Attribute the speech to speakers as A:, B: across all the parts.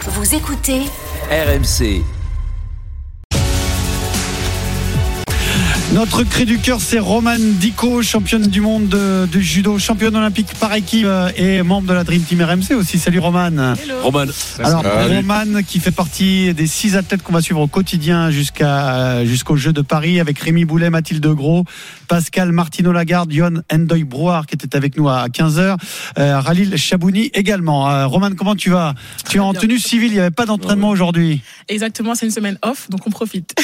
A: Vous écoutez
B: RMC.
C: Notre cri du cœur, c'est Romane Dico, championne du monde de- du judo, championne olympique par équipe euh, et membre de la Dream Team RMC aussi. Salut Romane.
B: Roman.
C: Alors
D: Salut.
C: Romane qui fait partie des six athlètes qu'on va suivre au quotidien jusqu'à jusqu'aux Jeux de Paris avec Rémi Boulet, Mathilde Gros, Pascal Martino Lagarde, Yon Endoy Brouard qui était avec nous à 15h, euh, Ralil Chabouni également. Euh, Romane, comment tu vas Tu es en
E: bien.
C: tenue civile, il n'y avait pas d'entraînement aujourd'hui.
E: Exactement, c'est une semaine off, donc on profite.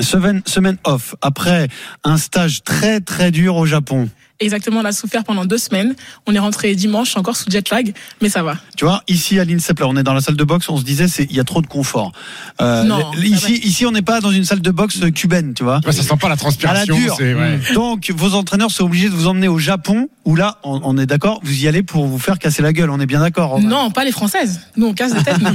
C: Semaine, semaine off, après un stage très très dur au Japon.
E: Exactement, on a souffert pendant deux semaines. On est rentré dimanche, je suis encore sous jet lag, mais ça va.
C: Tu vois, ici à l'INSEP, là, on est dans la salle de boxe, on se disait, c'est- il y a trop de confort. Euh,
E: Non,
C: l- ici, ici, on n'est pas dans une salle de boxe cubaine, tu vois.
D: Ouais, ça sent pas la
C: À la
D: transpiration.
C: dure.
D: c'est- ouais.
E: Mm.
C: Donc, vos entraîneurs sont obligés de vous emmener au Japon, où là, on, on est d'accord, vous y allez pour vous faire casser la gueule, on est bien d'accord. Romain
E: Non, pas les Françaises. Nous, on casse des têtes. nous.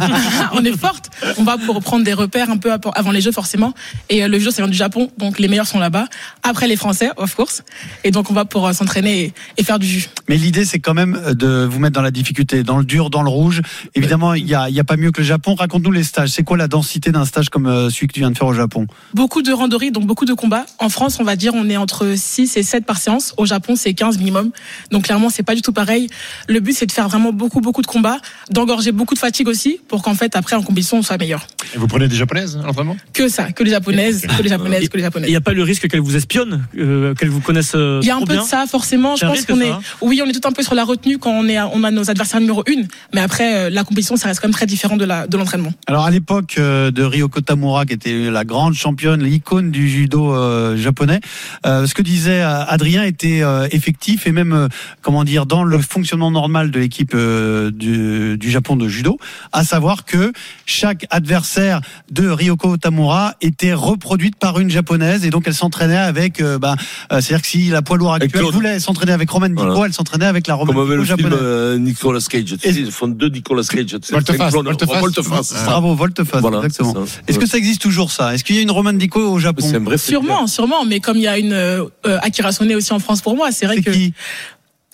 E: on est fortes. On va pour prendre des repères un peu avant les Jeux, forcément. Et euh, le jeu, ça vient du Japon, donc les meilleurs sont là-bas. Après les Français, of course. Et donc, on va pour euh, s'entraîner et, et faire du jus.
C: Mais l'idée, c'est quand même euh, de vous mettre dans la difficulté, dans le dur, dans le rouge. Évidemment, il n'y a, il y a pas mieux que le Japon. Raconte-nous les stages. C'est quoi la densité d'un stage comme euh, celui que tu viens de faire au Japon
E: Beaucoup de randonnées, donc beaucoup de combats. En France, on va dire, on est entre 6 et 7 par séance. Au Japon, c'est 15 minimum. Donc clairement, c'est pas du tout pareil. Le but, c'est de faire vraiment beaucoup, beaucoup de combats, d'engorger beaucoup de fatigue aussi, pour qu'en fait, après, en compétition, on soit meilleur.
D: Et vous prenez des japonaises, hein, l'entraînement
E: Que ça, que les japonaises, que les japonaises, que les
F: Il n'y
E: japonaises.
F: a pas le risque qu'elle vous espionne, euh, qu'elle vous connaisse euh,
E: Il y a un
F: trop
E: peu
F: bien.
E: de ça, forcément. Je
F: C'est un
E: pense
F: risque,
E: qu'on
F: ça,
E: est,
F: hein.
E: oui, on est tout un peu sur la retenue quand on est, à- on a nos adversaires numéro une. Mais après, euh, la compétition, ça reste quand même très différent de la, de l'entraînement.
C: Alors à l'époque euh, de Ryoko Tamura, qui était la grande championne, l'icône du judo euh, japonais, euh, ce que disait euh, Adrien était euh, effectif et même, euh, comment dire, dans le fonctionnement normal de l'équipe euh, du, du Japon de judo, à savoir que chaque adversaire de Ryoko Tamura était reproduite par une japonaise et donc elle s'entraînait avec, euh, bah, euh, c'est-à-dire que si la poids lourde
G: Avec
C: actuelle
G: Claude.
C: voulait s'entraîner avec Roman Diko,
G: Voilà.
C: elle s'entraînait avec la
G: Comme
C: Roman
G: avait
C: Diko
G: le film
C: japonaise.
G: euh, Nicolas Cage. Tu
C: Et-
G: sais, Ils font deux Nicolas Cage. tu sais,
D: Volte-face,
G: c'est un clone.
D: volte-face.
G: Oh, volte-face, c'est ça.
C: Bravo, volte-face,
G: Voilà, c'est
C: Ah. exactement.
G: ça.
C: Est-ce que ça existe toujours ça Est-ce qu'il y a une Roman Diko au Japon
G: c'est un vrai
E: Sûrement, sûrement. Mais comme il y a une, euh, euh, Akira Soné aussi en France pour moi, c'est vrai
C: C'est
E: que
C: qui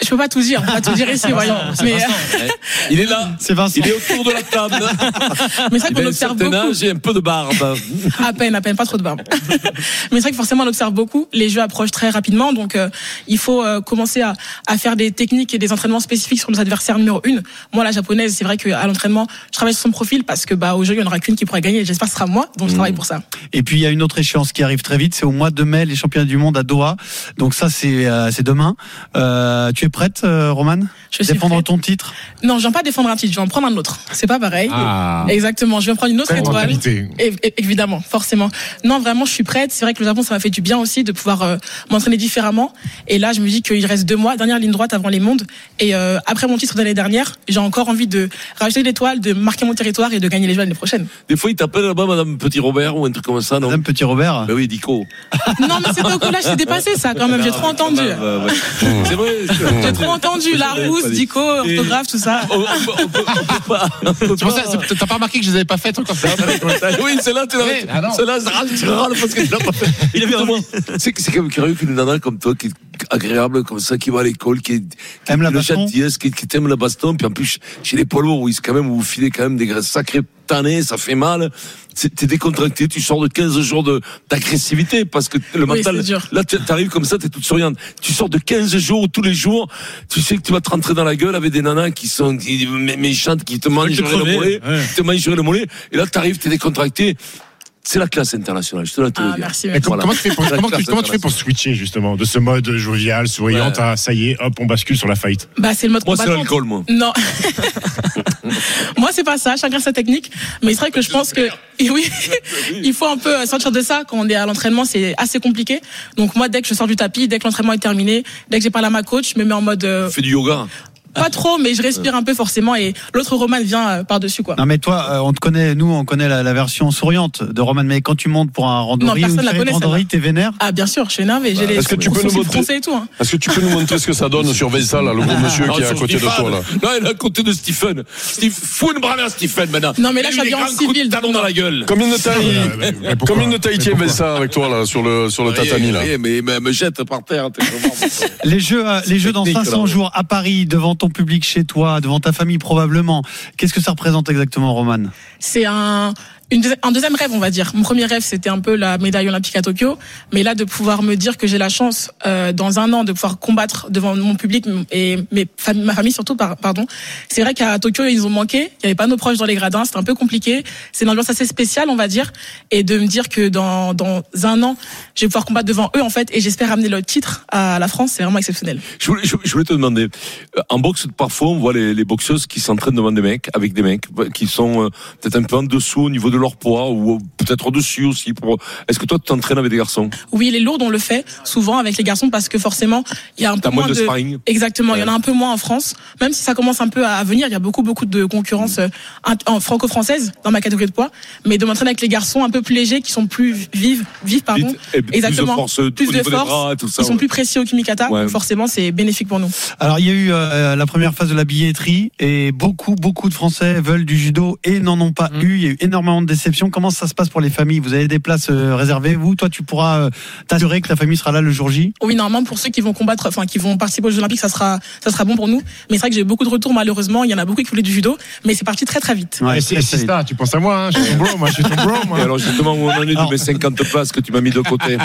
E: je peux pas tout dire, on va tout dire ici, voyons. Mais,
G: festival. Il est là.
C: C'est Vincent.
G: Il est autour de la table.
E: Mais c'est vrai
G: Il
E: qu'on
G: a un
E: observe
G: certain
E: beaucoup.
G: âge et un peu de barbe.
E: À peine, à peine, pas trop de barbe. Mais c'est vrai que forcément, on observe beaucoup. Les jeux approchent très rapidement, donc euh, il faut euh, commencer à, à faire des techniques et des entraînements spécifiques sur nos adversaires numéro une. Moi, la japonaise, c'est vrai qu'à l'entraînement, je travaille sur son profil parce que bah au jeu, il y en aura qu'une qui pourra gagner. J'espère que ce sera moi, donc je
G: Hmm.
E: travaille pour ça.
C: Et puis il y a une autre échéance qui arrive très vite, c'est au mois de mai les championnats du monde à Doha. Donc ça c'est euh, c'est demain. Euh, tu es prête, euh, Romane
E: Je suis
C: Défendre
E: prête.
C: ton titre.
E: Non, je viens pas défendre un titre, je vais en prendre un autre. C'est pas pareil.
D: Ah.
E: Exactement, je vais prendre une autre
D: Belle
E: étoile.
D: mentalité.
E: É- é- Évidemment, forcément. Non, vraiment, je suis prête. C'est vrai que le Japon, ça m'a fait du bien aussi de pouvoir euh, m'entraîner différemment. Et là, je me dis qu'il reste deux mois, dernière ligne droite avant les mondes. Et euh, après mon titre de l'année dernière, j'ai encore envie de rajouter l'étoile, de marquer mon territoire et de gagner les Jeux l'année prochaine.
G: Des fois, il t'appelle là-bas Madame Petit Robert ou un truc comme ça, non
C: Madame Petit Robert.
G: Ben oui, Dico.
E: Non, mais c'était au collège, c'est dépassé ça quand même. J'ai trop entendu.
G: Ah, ouais. C'est vrai. c'est-
E: J'ai trop entendu. Larousse, Dico, orthographe, tout ça.
G: On- on- on peut- on peut pas- on
D: C'est
G: peut
D: pour ça,
G: pas-
D: c'est- t'as pas remarqué que je les avais pas faites encore ça
G: Oui, celle-là, tu
D: Oui, ah
G: l'as.
D: non.
G: Celle-là, je râle, tu râles parce que tu l'as pas fait. Il avait C'est c'est quand même curieux qu'une nana comme toi, qui est agréable, comme ça, qui va à l'école, qui est. qui
C: Aime la
G: est le
C: baston.
G: gentillesse, qui, qui t'aime la baston. Puis en plus, chez les poids lourds, où ils- quand même, vous filez quand même des graisses sacrées tannées, ça fait mal. C'est- T'es décontracté, tu sors de 15 jours de- d'agressivité parce que le
E: Oui,
G: mental.
E: c'est dur.
G: Là, tu- t'arrives comme ça, t'es toute souriante. Tu sors de 15 jours où tous les jours, tu sais que tu vas te rentrer dans la gueule avec des nanas qui sont qui- mé- méchantes, qui te mangent le
F: crever,
G: mollet,
F: ouais.
G: qui te mangent le mollet. Et là, t'arrives, t'es décontracté. C'est la classe internationale, je te la te
E: Ah,
G: le dis.
E: merci,
D: Et
E: merci.
D: com-
G: Voilà.
D: comment, tu fais pour,
G: La
D: comment, tu,
G: classe
D: comment tu fais pour switcher justement de ce mode jovial, souriant
G: Ouais.
D: à ça y est, hop, on bascule sur la fight
E: Bah, c'est le mode
G: Moi, c'est
E: combattant.
G: l'alcool, moi.
E: Non. Moi, c'est pas ça. Chacun sa technique. Mais c'est vrai que je pense que, et oui, il faut un peu euh, sortir de ça. Quand on est à l'entraînement, c'est assez compliqué. Donc, moi, dès que je sors du tapis, dès que l'entraînement est terminé, dès que j'ai parlé à ma coach, je me mets en mode, euh,
G: Je fais du yoga.
E: pas trop, mais je respire un peu forcément. Et l'autre Roman vient euh, par-dessus, quoi.
C: Non mais toi, euh, on te connaît, nous on connaît la, la version souriante de Roman. Mais quand tu montes pour un
E: Non,
C: randori
E: personne
C: ou une
E: la
C: série de
E: connaît, celle-là.
C: randori, t'es vénère.
E: Ah, bien sûr, je suis énervé. J'ai les
H: Est-ce Bah, que tu
E: on
H: peux nous
E: sourcils
H: montrer-
E: froncés et tout, hein.
H: Est-ce que tu peux nous montrer ce que ça donne Surveille ça, là, le gros monsieur qui est à côté de toi, là.
G: Ah, Non, il est à côté de Stephen. Steve, fous une bramée à Stephen maintenant.
E: Non, mais là, je suis
G: Mets-lui
E: habillé
G: des
E: en
G: grands coups de
E: civil,
G: talon
E: donc,
G: dans
E: non.
G: la gueule.
H: Combien de
D: Ouais, mais- mais
H: Tahitiens
D: pourquoi
H: Combien de Tahitiens
D: Mais
H: veulent ça avec toi, là, sur le, sur le tatami, là
G: Eh, Oui, mais, mais me jette par terre. t'es vraiment-
C: Les jeux, euh, les jeux dans
G: Technique,
C: 500
G: alors.
C: jours à Paris devant ton ton public chez toi, devant ta famille probablement. Qu'est-ce que ça représente exactement, Roman
E: c'est un une deuxi- un deuxième rêve, on va dire. Mon premier rêve, c'était un peu la médaille olympique à Tokyo. Mais là, de pouvoir me dire que j'ai la chance, euh, dans un an, de pouvoir combattre devant mon public et mes fam- ma famille surtout, par- pardon. C'est vrai qu'à Tokyo, ils ont manqué. Il n'y avait pas nos proches dans les gradins. C'était un peu compliqué. C'est une ambiance assez spéciale, on va dire. Et de me dire que dans, dans un an, je vais pouvoir combattre devant eux, en fait. Et j'espère ramener le titre à la France. C'est vraiment exceptionnel.
G: Je voulais, je, je voulais te demander, euh, en boxe, parfois on voit les, les boxeuses qui s'entraînent devant des mecs, avec des mecs, bah, qui sont euh, peut-être un peu en dessous au niveau de leur poids, ou euh, peut-être au-dessus aussi. Pour... Est-ce que toi tu t'entraînes avec des garçons
E: Oui, les lourdes, on le fait souvent avec les garçons parce que forcément, il y a un peu
G: T'as
E: moins de...
G: sparring
E: Exactement, il y en a
G: Ouais.
E: un peu moins en France, même si ça commence un peu à venir, il y a beaucoup beaucoup de concurrence euh, int- en franco-française dans ma catégorie de poids, mais de m'entraîner avec les garçons un peu plus légers qui sont plus vives, vives pardon,
G: Vite, et
E: exactement.
G: Plus de force,
E: Plus
G: au
E: de
G: niveau
E: force,
G: des bras, et tout ça.
E: ils sont
G: ouais.
E: plus précis au kimikata,
G: Ouais.
E: donc forcément c'est bénéfique pour nous.
C: Alors, il y a eu euh, la première phase de la billetterie et beaucoup, beaucoup de Français veulent du judo et n'en ont pas eu. Il y a eu énormément de déceptions. Comment ça se passe pour les familles Vous avez des places euh, réservées Vous, toi, tu pourras euh, t'assurer que ta famille sera là le jour J
E: Oui, normalement pour ceux qui vont combattre, enfin qui vont participer aux Jeux Olympiques, ça sera ça sera bon pour nous, mais c'est vrai que j'ai eu beaucoup de retours malheureusement, il y en a beaucoup qui voulaient du judo, mais c'est parti très très vite.
C: Ouais, très,
D: Et c'est
C: très
D: c'est
C: vite.
D: ça, tu penses à moi, hein, je suis ton bro, moi, je suis ton bro,
G: Et
D: moi.
G: alors justement, où on en est de
C: Alors-
G: mes 50 places que tu m'as mis de côté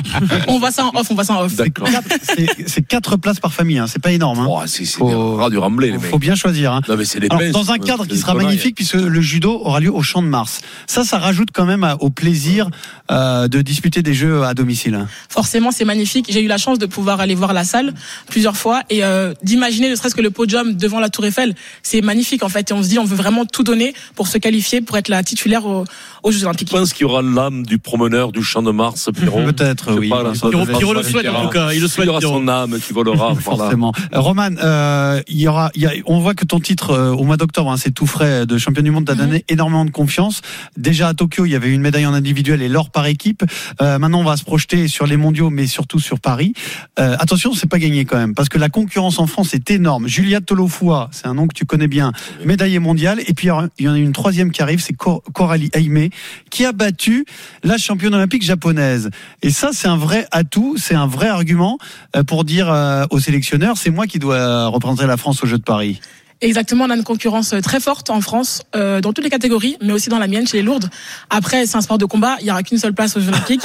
E: On voit ça en off, on voit ça en off.
G: D'accord.
C: C'est- C'est quatre places par famille, hein. c'est pas énorme. hein.
G: Oh, c'est c'est
C: Faut-
G: des rats du remblai, les
C: Faut-
G: mecs.
C: Faut bien choisir. hein.
G: Non, mais c'est les
C: Alors,
G: bêtes,
C: dans un
G: c'est
C: cadre qui
G: des
C: sera
G: conneries.
C: magnifique puisque le judo aura lieu au Champ de Mars. Ça, ça rajoute quand même à- au plaisir euh, de disputer des jeux à domicile. hein.
E: forcément c'est magnifique. J'ai eu la chance de pouvoir aller voir la salle plusieurs fois et euh, d'imaginer ne serait-ce que le podium devant la Tour Eiffel, c'est magnifique en fait. Et on se dit on veut vraiment tout donner pour se qualifier, pour être la titulaire aux, aux Jeux Olympiques.
G: Je pense qu'il y aura l'âme du promeneur du champ de Mars, Pierrot.
C: Peut-être,
G: Je sais
C: oui.
G: pas, là, ça-
F: Pierrot,
G: ça-
F: Pierrot le
G: ça-
F: souhaite en tout cas. Il le
G: Il y
F: souhaite.
G: aura
F: Pierrot.
G: son âme qui volera. Ah, voilà.
C: Forcément. Euh, Roman, euh, il y aura, il y a- on voit que ton titre euh, au mois d'octobre, hein, c'est tout frais de champion du monde, t'a
E: Mhm.
C: donné énormément de confiance. Déjà à Tokyo, il y avait une médaille en individuel et l'or par équipe. Euh, maintenant, on va se projeter sur les mondiaux, mais surtout sur Paris. Euh, attention, c'est pas gagné quand même, parce que la concurrence en France est énorme. Julia Tolofoua, c'est un nom que tu connais bien, médaillée mondiale. Et puis, il y aura- il y en a une troisième qui arrive, c'est Cor- Coralie Aimé, qui a battu la championne olympique japonaise. Et ça, c'est un vrai atout, c'est un vrai argument euh, pour dire euh, aux sélectionneurs, c'est moi qui dois euh, représenter la France au Jeu de Paris.
E: Exactement, on a une concurrence très forte en France, euh, dans toutes les catégories, mais aussi dans la mienne, chez les lourdes. Après, c'est un sport de combat, il n'y aura qu'une seule place aux Jeux Olympiques.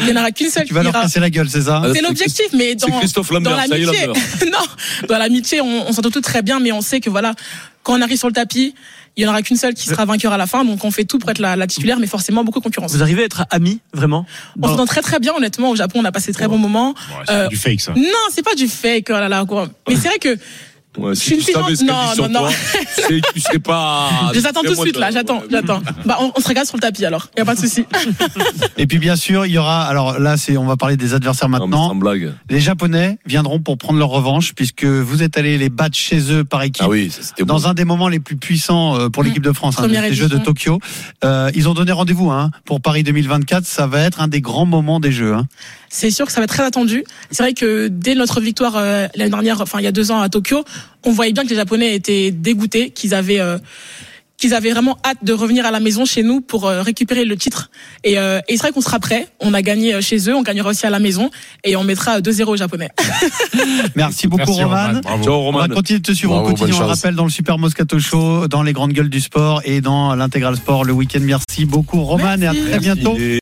E: il n'y en aura qu'une seule
C: Tu
E: qui
C: vas leur
E: ira.
C: casser la gueule, c'est ça
G: Ah,
E: C'est l'objectif, mais dans,
G: C'est Christophe
E: dans
G: Lambert, ça y est,
E: l'amitié,
G: Lambert.
E: non, dans l'amitié, on, on s'entend tout très bien, mais on sait que voilà, quand on arrive sur le tapis, il y en aura qu'une seule qui sera vainqueur à la fin, donc on fait tout pour être la, la titulaire, mais forcément beaucoup de concurrence.
F: Vous arrivez à être amis vraiment
E: On
F: Dans-
E: s'entend très très bien, honnêtement, au Japon, on a passé de très bons moments.
D: Ouais, c'est
E: Euh,
D: du fake, ça.
E: Non, c'est pas du fake, oh là là, quoi. Mais c'est vrai que
G: Ouais,
E: Je suis
G: si
E: une
G: tu savais ce
E: fille-
G: qu'elle dit sur
E: non, non,
G: toi,
E: non.
G: c'est- tu sais pas.
E: je t'attends tout de
G: Fais-moi
E: suite
G: de-
E: là, j'attends, j'attends. Bah, on, on se regarde sur le tapis alors, y a pas de souci.
C: Et puis bien sûr, il y aura, alors là, c'est, on va parler des adversaires
G: Non, mais sans
C: maintenant.
G: blague.
C: Les Japonais viendront pour prendre leur revanche, puisque vous êtes allés les battre chez eux par équipe.
G: Ah oui, ça, c'était
C: Dans
G: bon.
C: un des moments les plus puissants euh, pour
E: Mmh.
C: l'équipe de France, hein,
E: Première
C: des Jeux de
E: édition.
C: Tokyo, Euh, ils ont donné rendez-vous hein, pour Paris 2024. Ça va être un des grands moments des Jeux. hein.
E: C'est sûr que ça va être très attendu. C'est vrai que dès notre victoire euh, l'année dernière, enfin il y a deux ans à Tokyo, on voyait bien que les Japonais étaient dégoûtés, qu'ils avaient euh, qu'ils avaient vraiment hâte de revenir à la maison chez nous pour euh, récupérer le titre. Et, euh, et c'est vrai qu'on sera prêt. On a gagné euh, chez eux, on gagnera aussi à la maison et on mettra 2-0 aux Japonais.
C: Merci beaucoup,
D: Merci,
C: Roman.
D: bravo.
G: Ciao,
C: On
G: Roman.
C: va continuer de te suivre
H: Bravo,
C: on continue,
H: bonne
C: on le
H: chance.
C: rappelle, dans le Super Moscato Show, dans les grandes gueules du sport et dans l'intégral sport le week-end. Merci beaucoup, Roman, et à très bientôt.
G: Il est-